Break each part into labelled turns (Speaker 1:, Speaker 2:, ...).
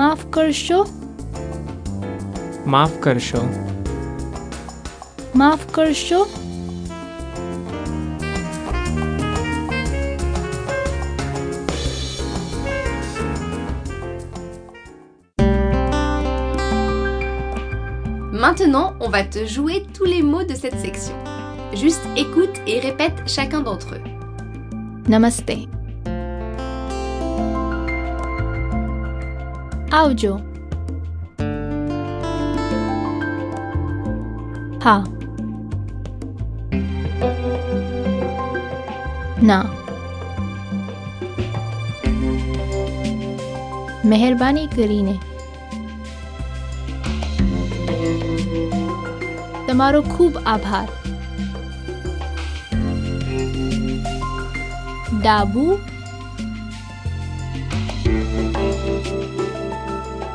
Speaker 1: માફ કરશો
Speaker 2: માફ કરશો
Speaker 1: માફ કરશો
Speaker 3: Maintenant, on va te jouer tous les mots de cette section. Juste écoute et répète chacun d'entre eux.
Speaker 1: નમસ્તે આવજો હા ના મહેરબાની કરીને તમારો ખૂબ આભાર ડાબુ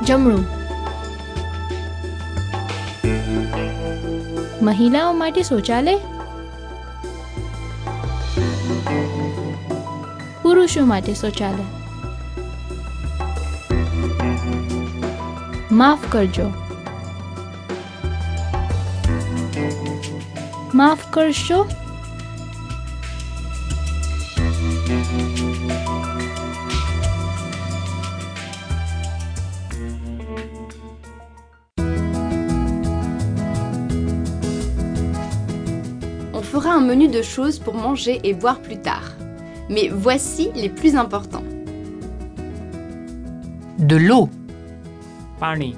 Speaker 1: જમણું મહિલાઓ માટે શૌચાલય પુરુષો માટે શૌચાલય માફ કરજો માફ કરશો
Speaker 3: On fera un menu de choses pour manger et boire plus tard. Mais voici les plus importants.
Speaker 4: de l'eau,
Speaker 2: પાણી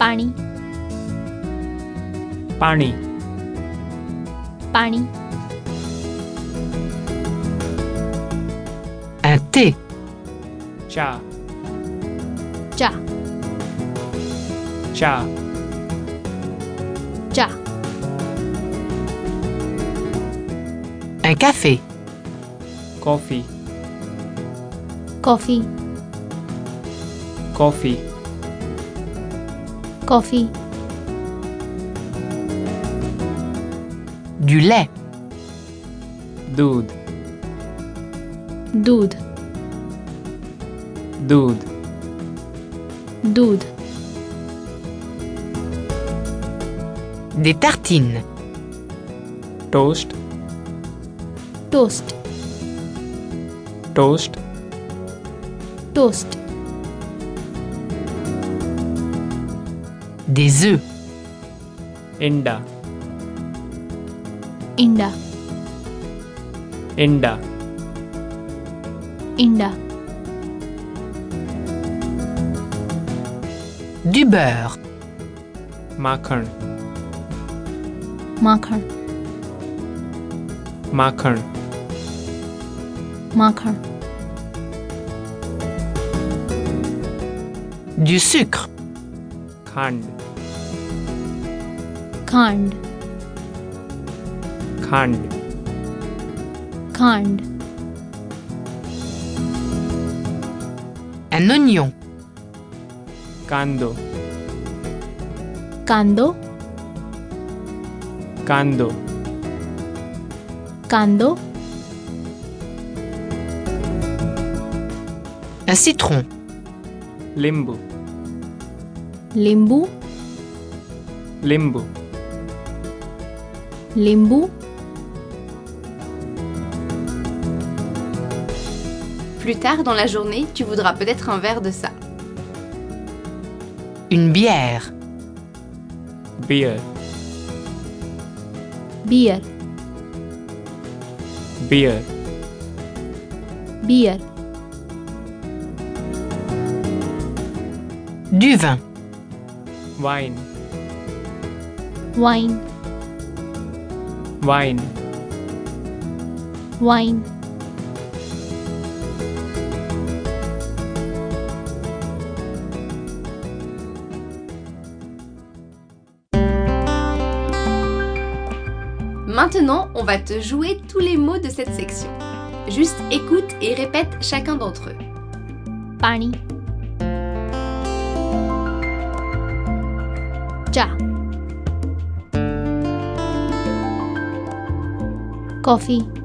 Speaker 1: પાણી
Speaker 2: પાણી
Speaker 1: પાણી
Speaker 4: un thé,
Speaker 2: ચા
Speaker 1: ચા
Speaker 2: ચા
Speaker 1: ચા
Speaker 4: un café,
Speaker 2: કોફી
Speaker 1: કોફી
Speaker 2: કોફી
Speaker 1: કોફી
Speaker 4: du lait,
Speaker 2: દૂધ
Speaker 1: દૂધ
Speaker 2: દૂધ
Speaker 1: દૂધ
Speaker 4: des tartines,
Speaker 2: ટોસ્ટ
Speaker 1: ટોસ્ટ
Speaker 2: ટોસ્ટ
Speaker 1: ટોસ્ટ
Speaker 4: des œufs,
Speaker 2: ઈંડા
Speaker 1: ઈંડા
Speaker 2: ઈંડા
Speaker 1: ઈંડા
Speaker 4: du beurre,
Speaker 2: માખણ
Speaker 1: માખણ
Speaker 2: માખણ
Speaker 1: માખણ
Speaker 4: du sucre,
Speaker 2: ખાંડ
Speaker 1: ખાંડ
Speaker 2: ખાંડ
Speaker 1: ખાંડ
Speaker 4: un oignon,
Speaker 2: કાંદો
Speaker 1: કાંદો
Speaker 2: કાંદો
Speaker 1: કાંદો
Speaker 4: un citron,
Speaker 2: લીંબુ
Speaker 1: લીંબુ
Speaker 2: લીંબુ
Speaker 1: લીંબુ
Speaker 3: Plus tard dans la journée, tu voudras peut-être un verre de ça.
Speaker 4: une bière,
Speaker 2: બિયર
Speaker 1: બિયર
Speaker 2: બિયર
Speaker 1: બિયર
Speaker 4: du vin,
Speaker 2: વાઇન
Speaker 1: વાઇન
Speaker 2: વાઇન
Speaker 1: વાઇન
Speaker 3: Maintenant, on va te jouer tous les mots de cette section. Juste écoute et répète chacun d'entre eux.
Speaker 1: પાણી ચા કોફી